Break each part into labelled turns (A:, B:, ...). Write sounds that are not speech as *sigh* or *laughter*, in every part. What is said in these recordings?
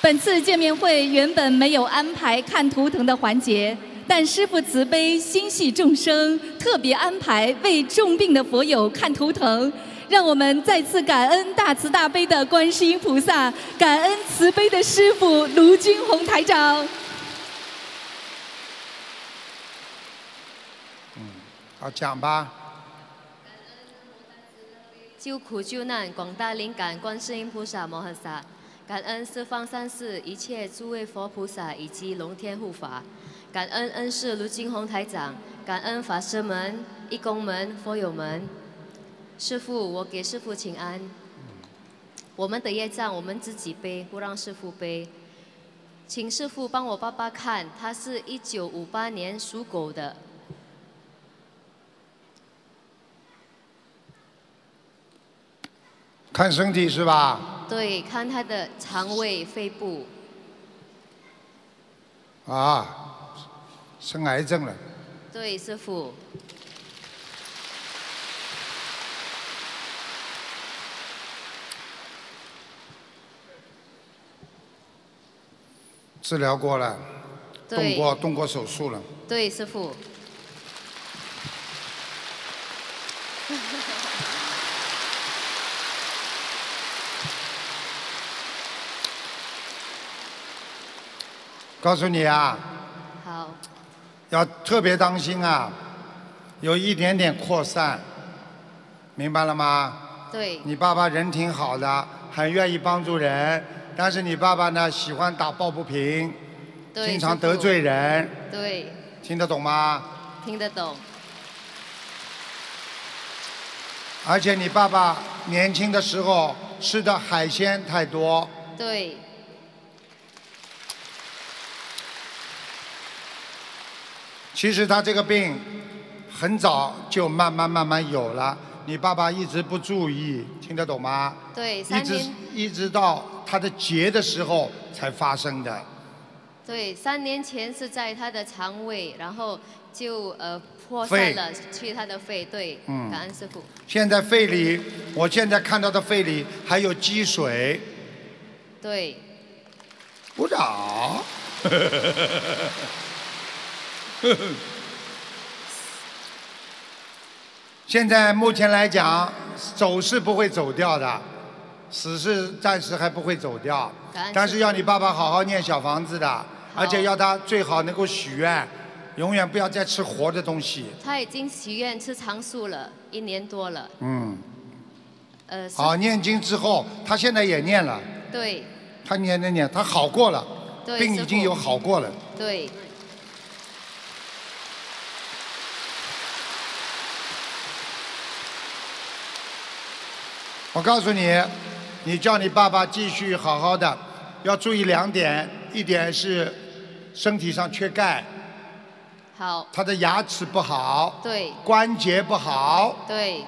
A: 本次见面会原本没有安排看图腾的环节，但师父慈悲心系众生，特别安排为重病的佛友看图腾。让我们再次感恩大慈大悲的观世音菩萨，感恩慈悲的师父卢军宏台长。
B: 好，讲吧。
C: 救苦救难，广大灵感观世音菩萨摩诃萨，感恩四方三世一切诸位佛菩萨以及龙天护法，感恩恩师卢金红台长，感恩法师们、义工们、佛友们。师父，我给师父请安。我们的业障我们自己背，不让师父背。请师父帮我爸爸看，他是一九五八年属狗的，
B: 看身体是吧？
C: 对，看他的肠胃、肺部。
B: 啊，生癌症了，
C: 对，师父，
B: 治疗过了，动
C: 对
B: 过动过手术了。
C: 对，师父，
B: 告诉你啊，
C: 好，
B: 要特别当心啊，有一点点扩散，明白了吗？
C: 对，
B: 你爸爸人挺好的，很愿意帮助人，但是你爸爸呢，喜欢打抱不平，
C: 对，
B: 经常
C: 师父
B: 得罪，人，
C: 对，
B: 听得懂吗？
C: 听得懂，
B: 而且你爸爸年轻的时候吃的海鲜太多，
C: 对，
B: 其实他这个病很早就慢慢慢慢有了，你爸爸一直不注意，听得懂吗？
C: 对，
B: 一
C: 三
B: 直
C: 年，
B: 一直到他的结的时候才发生的，
C: 对，三年前是在他的肠胃，然后就呃破
B: 肺
C: 散了，去他的肺，对，
B: 嗯
C: 感恩师父，
B: 现在肺里，我现在看到的肺里还有积水，
C: 对，
B: 鼓掌。现在目前来讲，走是不会走掉的，死是暂时还不会走掉
C: 感恩，
B: 但是要你爸爸好好念小房子的，而且要他最好能够许愿，永远不要再吃活的东西。
C: 他已经许愿吃长素了一年多了，
B: 嗯，
C: 呃，师
B: 好，念经之后，他现在也念了，
C: 对
B: 他念念念，他好过了，
C: 对，
B: 病
C: 师
B: 已经
C: 父
B: 有好过了。
C: 对，
B: 我告诉你，你叫你爸爸继续好好的，要注意两点，一点是身体上缺钙，
C: 好，
B: 他的牙齿不好，
C: 对
B: 关节不好，
C: 对。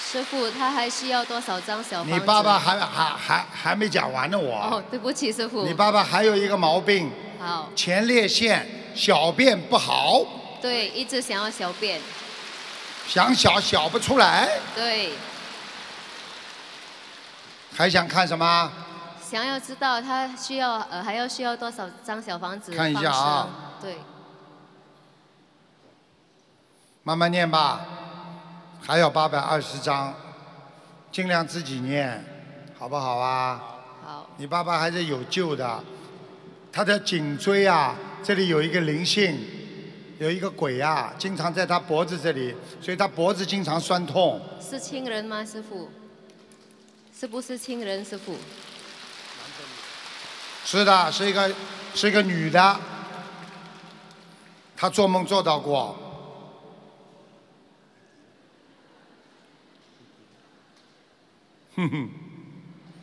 C: 师傅，他还需要多少张小房子？啊
B: 你爸爸还还还还没讲完呢我，
C: 哦，对不起，师傅。
B: 你爸爸还有一个毛病，
C: 好，
B: 前列腺小便不好，
C: 对，一直想要小便，
B: 想小小不出来，
C: 对，
B: 还想看什么？
C: 想要知道他需要呃还要需要多少张小房子？
B: 看一下啊
C: 放生。对，
B: 慢慢念吧，还有八百二十章，尽量自己念，好不好啊？
C: 好，
B: 你爸爸还是有救的，他的颈椎啊，这里有一个灵性，有一个鬼啊，经常在他脖子这里，所以他脖子经常酸痛。
C: 是亲人吗，师傅？是不是亲人，师傅？
B: 是的，是一个是一个女的，她做梦做到过。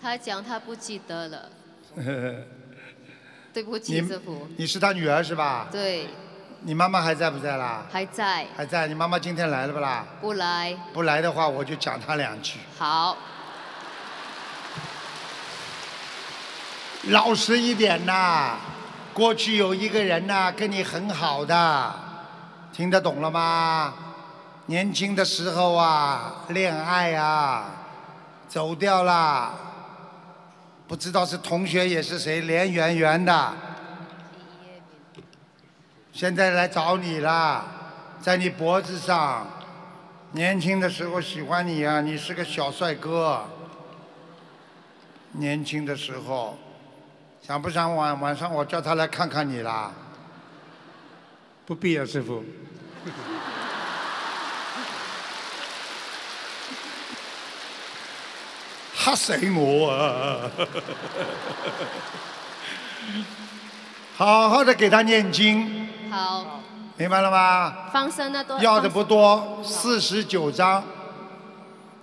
C: 他讲他不记得了。
B: *laughs*
C: 对不起，
B: 你
C: 师傅。
B: 你是她女儿是吧？
C: 对，
B: 你妈妈还在不在啦？
C: 还在
B: 还在，你妈妈今天来了不啦？
C: 不来？
B: 不来的话，我就讲她两句。
C: 好，
B: 老实一点呐、过去有一个人呐、跟你很好的，听得懂了吗？年轻的时候啊，恋爱啊，走掉啦，不知道是同学也是谁，脸圆圆的，现在来找你啦，在你脖子上。年轻的时候喜欢你啊，你是个小帅哥。年轻的时候，想不想晚晚上我叫他来看看你啦？不必啊，师傅。吓死我啊！好好的给他念经，
C: 好，
B: 明白了吗？
C: 放生的多
B: 要的不
C: 放
B: 多，四十九章。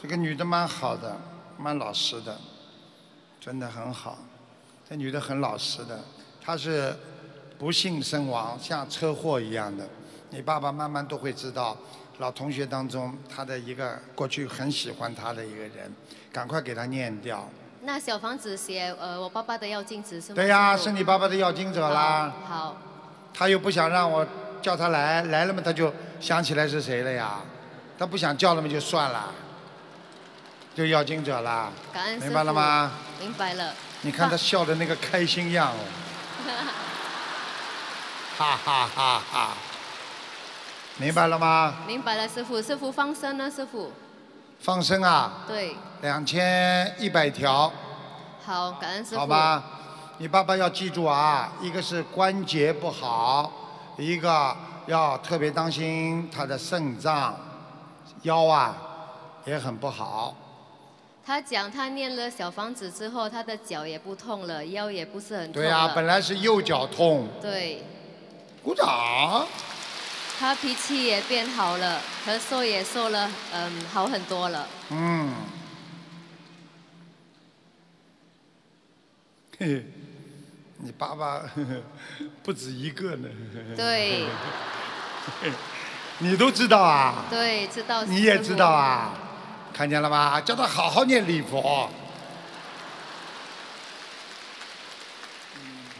B: 这个女的蛮好的，蛮老实的，真的很好。这女的很老实的，她是不幸身亡，像车祸一样的。你爸爸慢慢都会知道，老同学当中她的一个过去很喜欢她的一个人，赶快给她念掉。
C: 那小房子写呃我爸爸的要禁止是吗？
B: 对呀、
C: 师
B: 是
C: 父
B: 你爸爸的要经者啦。
C: 好，
B: 他又不想让我叫他来，来了嘛他就想起来是谁了呀，他不想叫了嘛就算了，就要经者啦，
C: 感恩师父
B: 明白了吗？？
C: 明白了。
B: 你看他笑的那个开心样
C: *laughs*
B: 哦，哈哈哈哈，明白了吗？
C: 明白了，师傅，师傅放生呢，师傅，
B: 放生啊，
C: 对，
B: 两千一百条，
C: 好，感恩师傅，
B: 好吧？你爸爸要记住啊，一个是关节不好，一个要特别当心他的肾脏、腰啊也很不好。
C: 他讲他念了小房子之后，他的脚也不痛了，腰也不是很痛
B: 对
C: 了。
B: 啊，本来是右脚痛，
C: 对
B: 鼓掌。
C: 他脾气也变好了，咳嗽也瘦了，嗯，好很多了。
B: 嗯，嘿嘿，你爸爸 *laughs* 呵呵不止一个呢。
C: 对
B: *laughs* 你都知道啊？
C: 对，知 *laughs* 道。
B: 你也知道？啊，看见了吧？叫他好好念礼佛。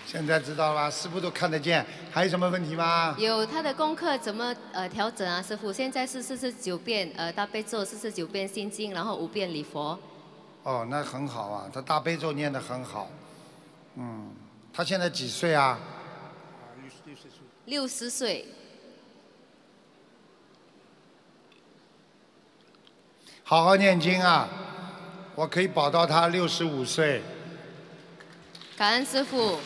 B: 现在知道了吧？师傅都看得见，还有什么问题吗？
C: 有他的功课怎么呃调整啊，师傅？现在是四十九遍呃大悲咒，四十九遍心经，然后五遍礼佛。
B: 哦，那很好啊，他大悲咒念得很好。嗯，他现在几岁啊？
C: 六十岁，
B: 好好念经啊！我可以保到他六十五岁。
C: 感恩师傅。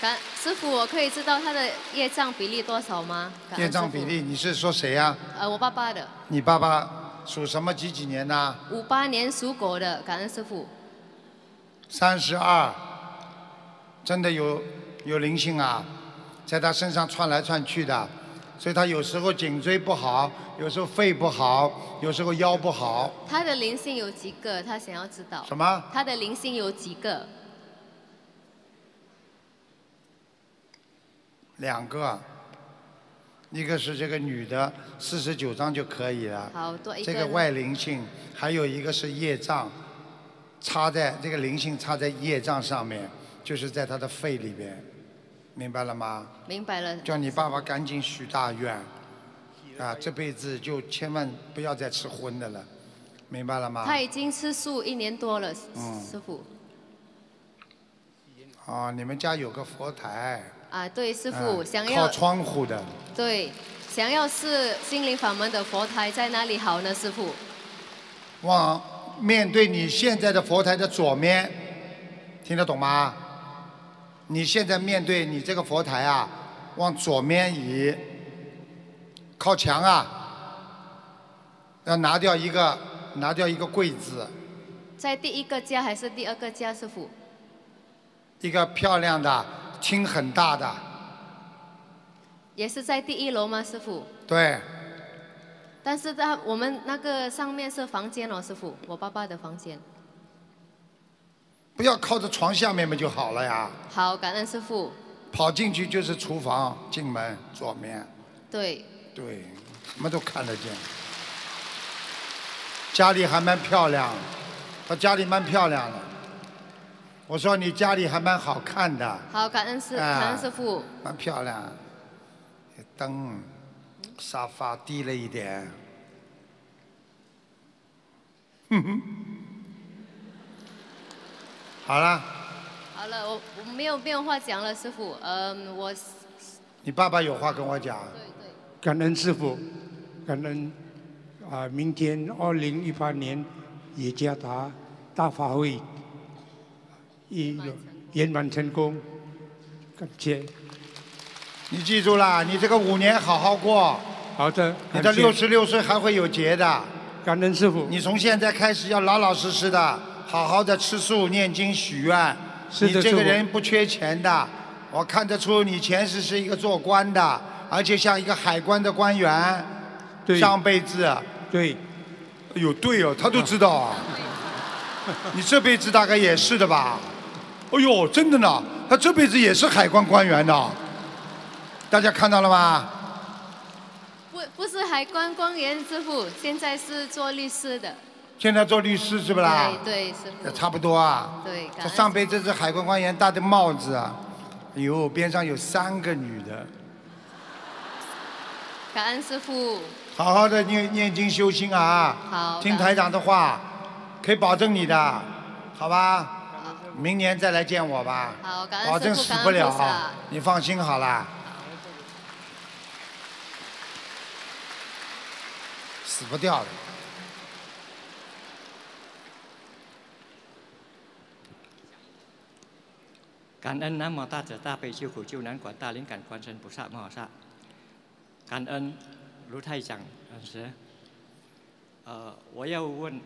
C: 感师傅，我可以知道他的业障比例多少吗？感恩
B: 业
C: 师
B: 障
C: 父
B: 比例，你是说谁呀、
C: 呃，我爸爸的，
B: 你爸爸属什么几几年啊呢、
C: 五八年属狗的，感恩师傅。
B: 三十二，真的有有灵性啊，在他身上窜来窜去的，所以他有时候颈椎不好，有时候肺不好，有时候腰不好。
C: 他的灵性有几个？他想要知道。
B: 什么？
C: 他的灵性有几个？
B: 两个，一个是这个女的，四十九张就可以了。
C: 好多一个
B: 这
C: 呢。
B: 个外灵性，还有一个是业障，插在这个灵性插在业障上面，就是在他的肺里边，明白了吗？
C: 明白了。
B: 叫你爸爸赶紧许大愿，啊，这辈子就千万不要再吃荤的了，明白了吗？
C: 他已经吃素一年多了，
B: 嗯
C: 师傅。
B: 啊，你们家有个佛台，
C: 啊，对，师傅、
B: 啊
C: 想
B: 靠
C: 要
B: 窗户的，
C: 对，想要是心灵法门的佛台在哪里好呢？师傅，
B: 往面对你现在的佛台的左面，听得懂吗？你现在面对你这个佛台啊，往左面移，靠墙啊，要拿掉一个拿掉一个柜子，
C: 在第一个家还是第二个家？师傅，
B: 一个漂亮的厅很大的。
C: 也是在第一楼吗？师傅，
B: 对，
C: 但是他我们那个上面是房间哦，师傅，我爸爸的房间。
B: 不要靠着床下面嘛就好了呀。
C: 好，感恩师傅。
B: 跑进去就是厨房，进门左面，
C: 对，
B: 对，什么都看得见。家里还蛮漂亮，他家里蛮漂亮的。我说你家里还蛮好看的，
C: 好，感恩师，
B: 啊
C: 感恩师傅。
B: 蛮漂亮。灯，沙发低了一点。哼哼，好了，
C: 好了，我我没有没有话讲了，师傅。嗯，我
B: 你爸爸有话跟我讲，
D: 感恩师傅，感恩啊、明天二零一八年也加达大法会一圆满成功，感谢。
B: 你记住啦，你这个五年好好过，
D: 好的，
B: 你
D: 感
B: 到
D: 谢
B: 六十六岁还会有节的。
D: 感恩师傅，
B: 你从现在开始要老老实实的，好好的吃素、念经、许愿。
D: 是
B: 你
D: 的
B: 这个
D: 师父
B: 人不缺钱的，我看得出你前世是一个做官的，而且像一个海关的官员。
D: 对
B: 上辈子，哎
D: 对
B: 呦，对哦，他都知道
D: *laughs*
B: 啊。你这辈子大概也是的吧？哎呦，真的呢，他这辈子也是海关官员的。大家看到了吗？
C: 不不是海关官员师傅，现在是做律师的。
B: 现在做律师是不啦？
C: 对对，师傅
B: 也。差不多啊。
C: 对，感
B: 他
C: 恩
B: 上辈子是海关官员戴的帽子啊，哟，边上有三个女的，
C: 感恩师傅。
B: 好好的念念经修心啊，
C: 好，
B: 听
C: 感
B: 台长的话，可以保证你的，好吧？明年再来见我吧，
C: 好，感
B: 保
C: 恩
B: 证
C: 师傅，
B: 死
C: 感
B: 不
C: 恩
B: 了啊
C: 菩萨，
B: 你放心好啦。死不掉的。
E: 感恩南无大慈大悲救苦救难广大灵感观世音菩萨摩诃萨，感恩卢太长恩师。呃，我要问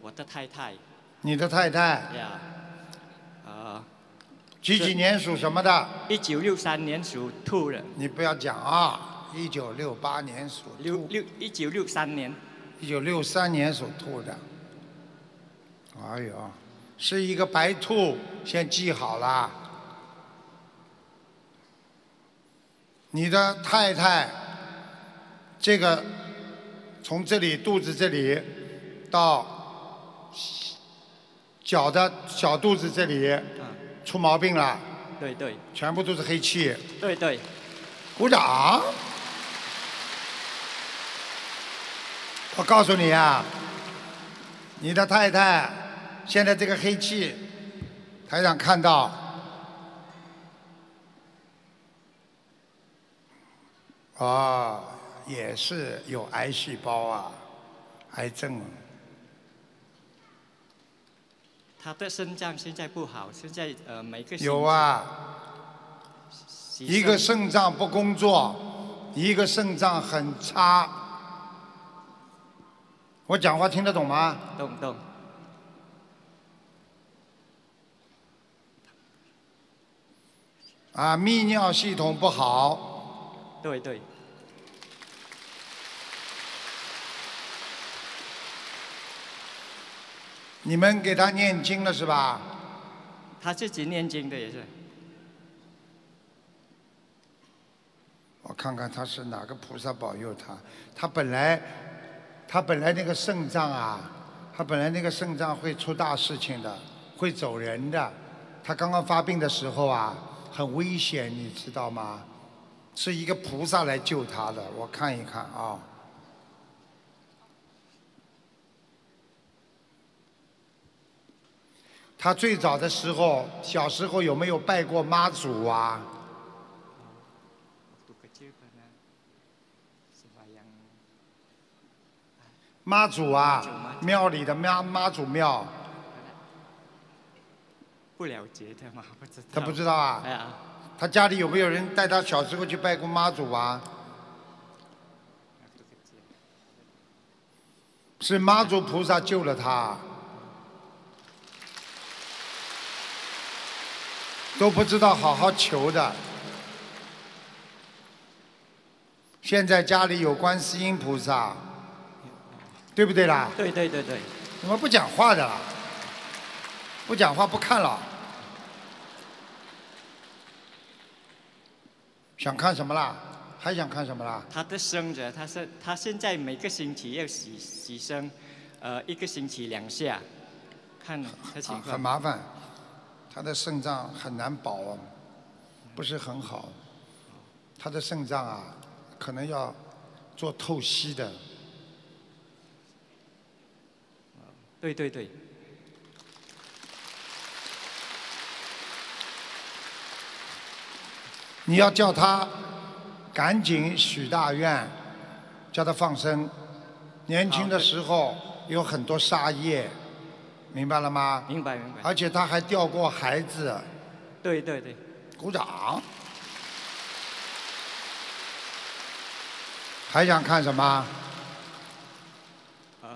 E: 我的太太
B: 你的太太
E: 呀，呃，
B: 几几年属什么的？
E: 一九六三年属兔的，
B: 你不要讲啊，一九六八年属
E: 六
B: 兔，
E: 六一九六三年，
B: 一九六三年属兔的。哎呦，是一个白兔，先记好啦。你的太太，这个从这里肚子这里到脚的小肚子这里
E: 啊，
B: 出毛病了，
E: 对对
B: 全部都是黑气。
E: 对对，
B: 鼓掌！我告诉你啊，你的太太现在这个黑气，台长看到，啊、也是有癌细胞啊，癌症啊。
E: 她的肾脏现在不好，现在呃每个星期
B: 有，啊，
E: 洗
B: 一
E: 肾
B: 个肾脏不工作，一个肾脏很差。我讲话听得懂吗？
E: 动动，
B: 啊，泌尿系统不好，
E: 对对
B: 你们给他念经了是吧？
E: 她自己念经的也是，
B: 我看看他是哪个菩萨保佑他。他本来，他本来那个肾脏啊，他本来那个肾脏会出大事情的，会走人的。他刚刚发病的时候啊，很危险，你知道吗？是一个菩萨来救他的。我看一看啊。他最早的时候，小时候有没有拜过妈祖啊？妈祖啊
E: 祖妈，祖
B: 庙里的妈妈祖庙，
E: 不了解的嘛， *laughs* 不知道。
B: 他不知道啊
E: 哎。呀。
B: 他家里有没有人带他小时候去拜过妈祖啊？是妈祖菩萨救了他，都不知道好好求的。现在家里有观世音菩萨，对不对啦？
E: 对对对对，
B: 怎么不讲话的啦？不讲话不看了？想看什么啦？还想看什么啦？
E: 他的生着，他是他现在每个星期要洗洗身，呃，一个星期两下，看他情
B: 啊，很
E: 况。
B: 麻烦，他的肾脏很难保啊，不是很好。他的肾脏啊，可能要做透析的。
E: 对对对，
B: 你要叫他赶紧许大愿，叫他放生。年轻的时候有很多杀业，明白了吗？
E: 明白明白。
B: 而且他还掉过孩子，
E: 对对对，
B: 鼓掌。还想看什么？
E: 呃，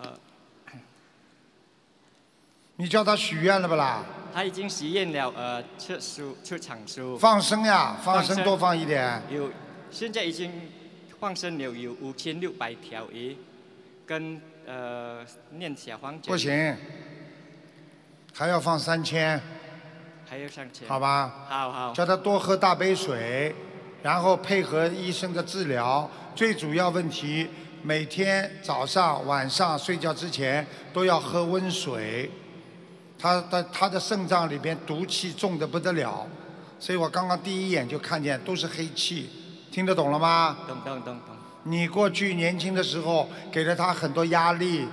B: 你叫他许愿了不啦？
E: 他已经实验了呃出书出场书，
B: 放生呀，放
E: 放
B: 生
E: 生
B: 多放一点。
E: 有现在已经放生了有五千六百条鱼，跟呃念小黄卷
B: 不，行，还要放三千，
E: 还有上千，
B: 好，吧？
E: 好好
B: 叫他多喝大杯水，然后配合医生的治疗。最主要问题，每天早上、晚上睡觉之前都要喝温水。他的他的肾脏里边毒气重的不得了，所以我刚刚第一眼就看见都是黑气，听得懂了吗？
E: 懂懂懂懂，
B: 你过去年轻的时候给了他很多压力，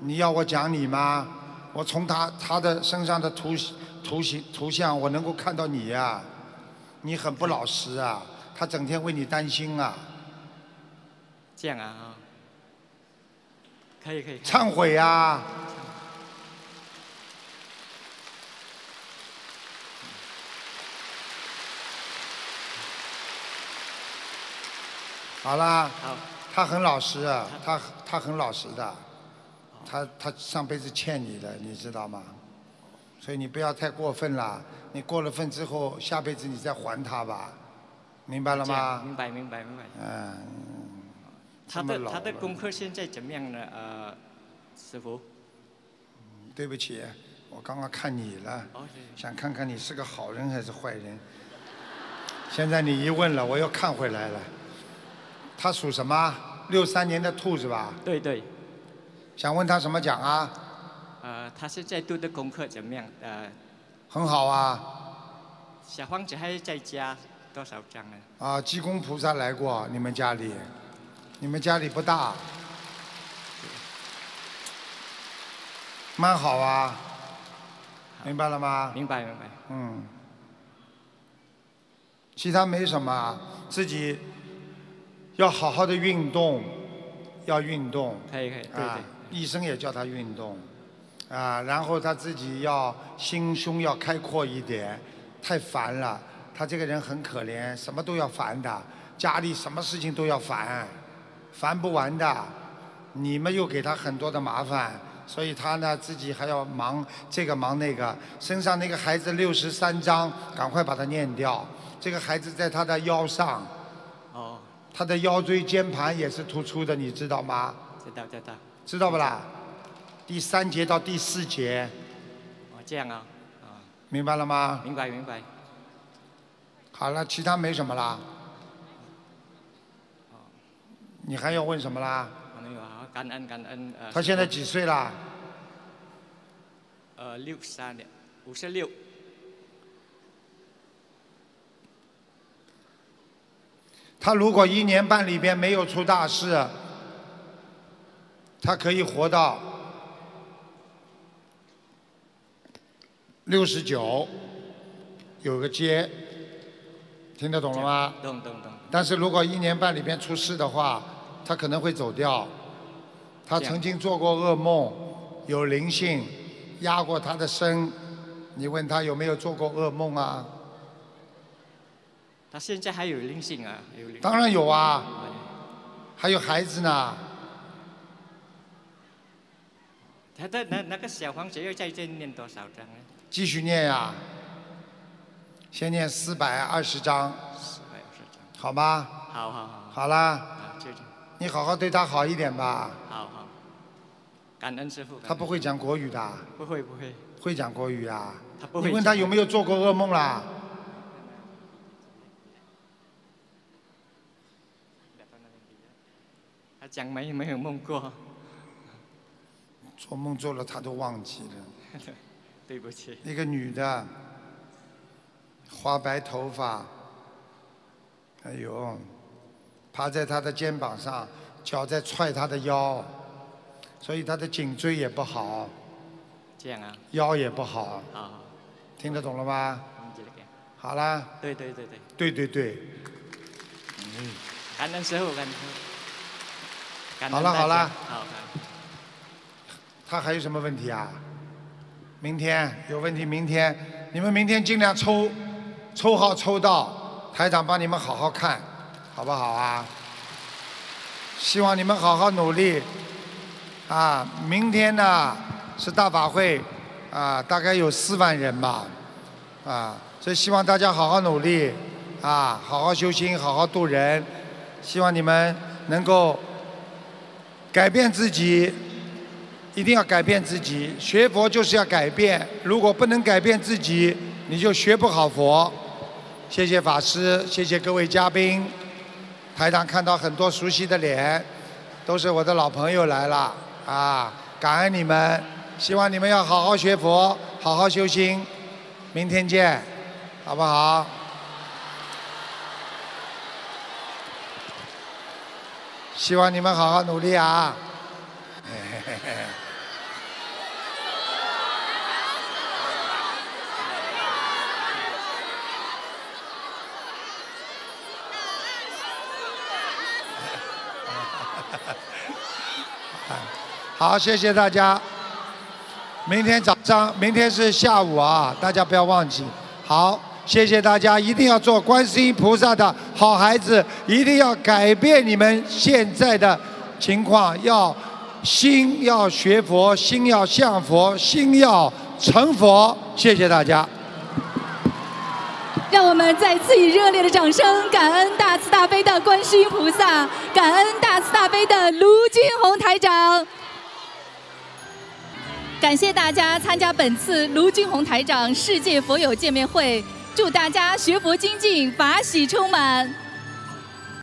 B: 你要我讲你吗？我从他他的身上的图图形图像，我能够看到你呀、你很不老实啊，他整天为你担心啊，
E: 这样啊，哦可以可以，可以
B: 忏悔啊。好啦，
E: 好，
B: 他很老实啊，他他很老实的，他他上辈子欠你的，你知道吗？所以你不要太过分了，你过了分之后，下辈子你再还他吧，明白了
E: 这样
B: 吗？
E: 明白明白明白。
B: 嗯，
E: 他
B: 这么
E: 的
B: 老
E: 他的
B: 了
E: 功课现在怎么样呢？呃，师傅，
B: 对不起，我刚刚看你了，
E: 哦，对
B: 想看看你是个好人还是坏人。现在你一问了，我又看回来了。他属什么？六三年的兔是吧？
E: 对对，
B: 想问他什么奖啊？
E: 呃，他现在读的功课怎么样？呃，
B: 很好啊，
E: 小黄子还在家多少张呢？
B: 啊，济公菩萨来过你们家里，你们家里不大，蛮好啊，明白了吗？
E: 明白明白，
B: 嗯，其他没什么，啊自己要好好的运动，要运动
E: 可以可以，对
B: 啊
E: 对，，
B: 医生也叫他运动啊，然后他自己要心胸要开阔一点，太烦了，他这个人很可怜，什么都要烦的，家里什么事情都要烦，烦不完的，你们又给他很多的麻烦。所以他呢，自己还要忙这个忙那个，身上那个孩子六十三章，赶快把它念掉。这个孩子在他的腰上，
E: 哦，
B: 他的腰椎间盘也是突出的，你知道吗？
E: 知道知道，
B: 知道不啦？第三节到第四节，
E: 哦这样啊，啊、
B: 明白了吗？
E: 明白明白，
B: 好了，其他没什么啦。你还要问什么啦？
E: 啊没有啊，感恩感恩，呃，
B: 他现在几岁啦？
E: 呃六三年，五十六，
B: 他如果一年半里边没有出大事，他可以活到六十九，有个街，听得懂了吗？
E: 懂懂懂，
B: 但是如果一年半里边出事的话，他可能会走掉。他
E: 这样
B: 曾经做过噩梦，有灵性压过他的身。你问他有没有做过噩梦啊？
E: 他现在还有灵性啊，有灵性，
B: 当然有啊，
E: 哎
B: 还有孩子呢。
E: 他的那那个小黄子又在这念多少张呢？
B: 继续念呀、先念四百二十章，
E: 四百五十张，
B: 好吗？
E: 好好好好，
B: 好啦，
E: 啊就这样。
B: 你好好对他好一点吧。
E: 好好，感恩师傅。
B: 他不会讲国语的，
E: 不会不会，
B: 会讲国语啊？
E: 他不会。
B: 你问他有没有做过噩梦啦？
E: 他讲没没有梦过，
B: 做梦做了他都忘记了。
E: 对不起。
B: 一个女的，花白头发，哎呦，趴在他的肩膀上，脚在踹他的腰，所以他的颈椎也不好，
E: 这样啊，
B: 腰也不好，
E: 好好，
B: 听得懂了吗？
E: 我们这个。
B: 好啦，
E: 对对对对，
B: 对对对，
E: 感恩师傅，感恩师傅。感恩
B: 好了
E: 大家
B: 好了
E: 好，感恩
B: 他还有什么问题啊？明天有问题，明天你们明天尽量抽，抽号抽到，台长帮你们好好看，好不好啊？希望你们好好努力，啊，明天呢是大法会，啊，大概有四万人吧，啊，所以希望大家好好努力，啊，好好修心，好好度人，希望你们能够改变自己，一定要改变自己。学佛就是要改变，如果不能改变自己，你就学不好佛。谢谢法师，谢谢各位嘉宾。台上看到很多熟悉的脸，都是我的老朋友来了啊！感恩你们，希望你们要好好学佛，好好修心。明天见，好不好？希望你们好好努力啊！好，谢谢大家。明天早上，明天是下午啊，大家不要忘记。好，谢谢大家，一定要做观世音菩萨的好孩子，一定要改变你们现在的情况，要心要学佛，心要向佛，心要成佛。谢谢大家。
A: 让我们再次以热烈的掌声，感恩大慈大悲的观世音菩萨，感恩大慈大悲的卢军红台长。感谢大家参加本次卢军红台长世界佛友见面会，祝大家学佛精进，法喜充满。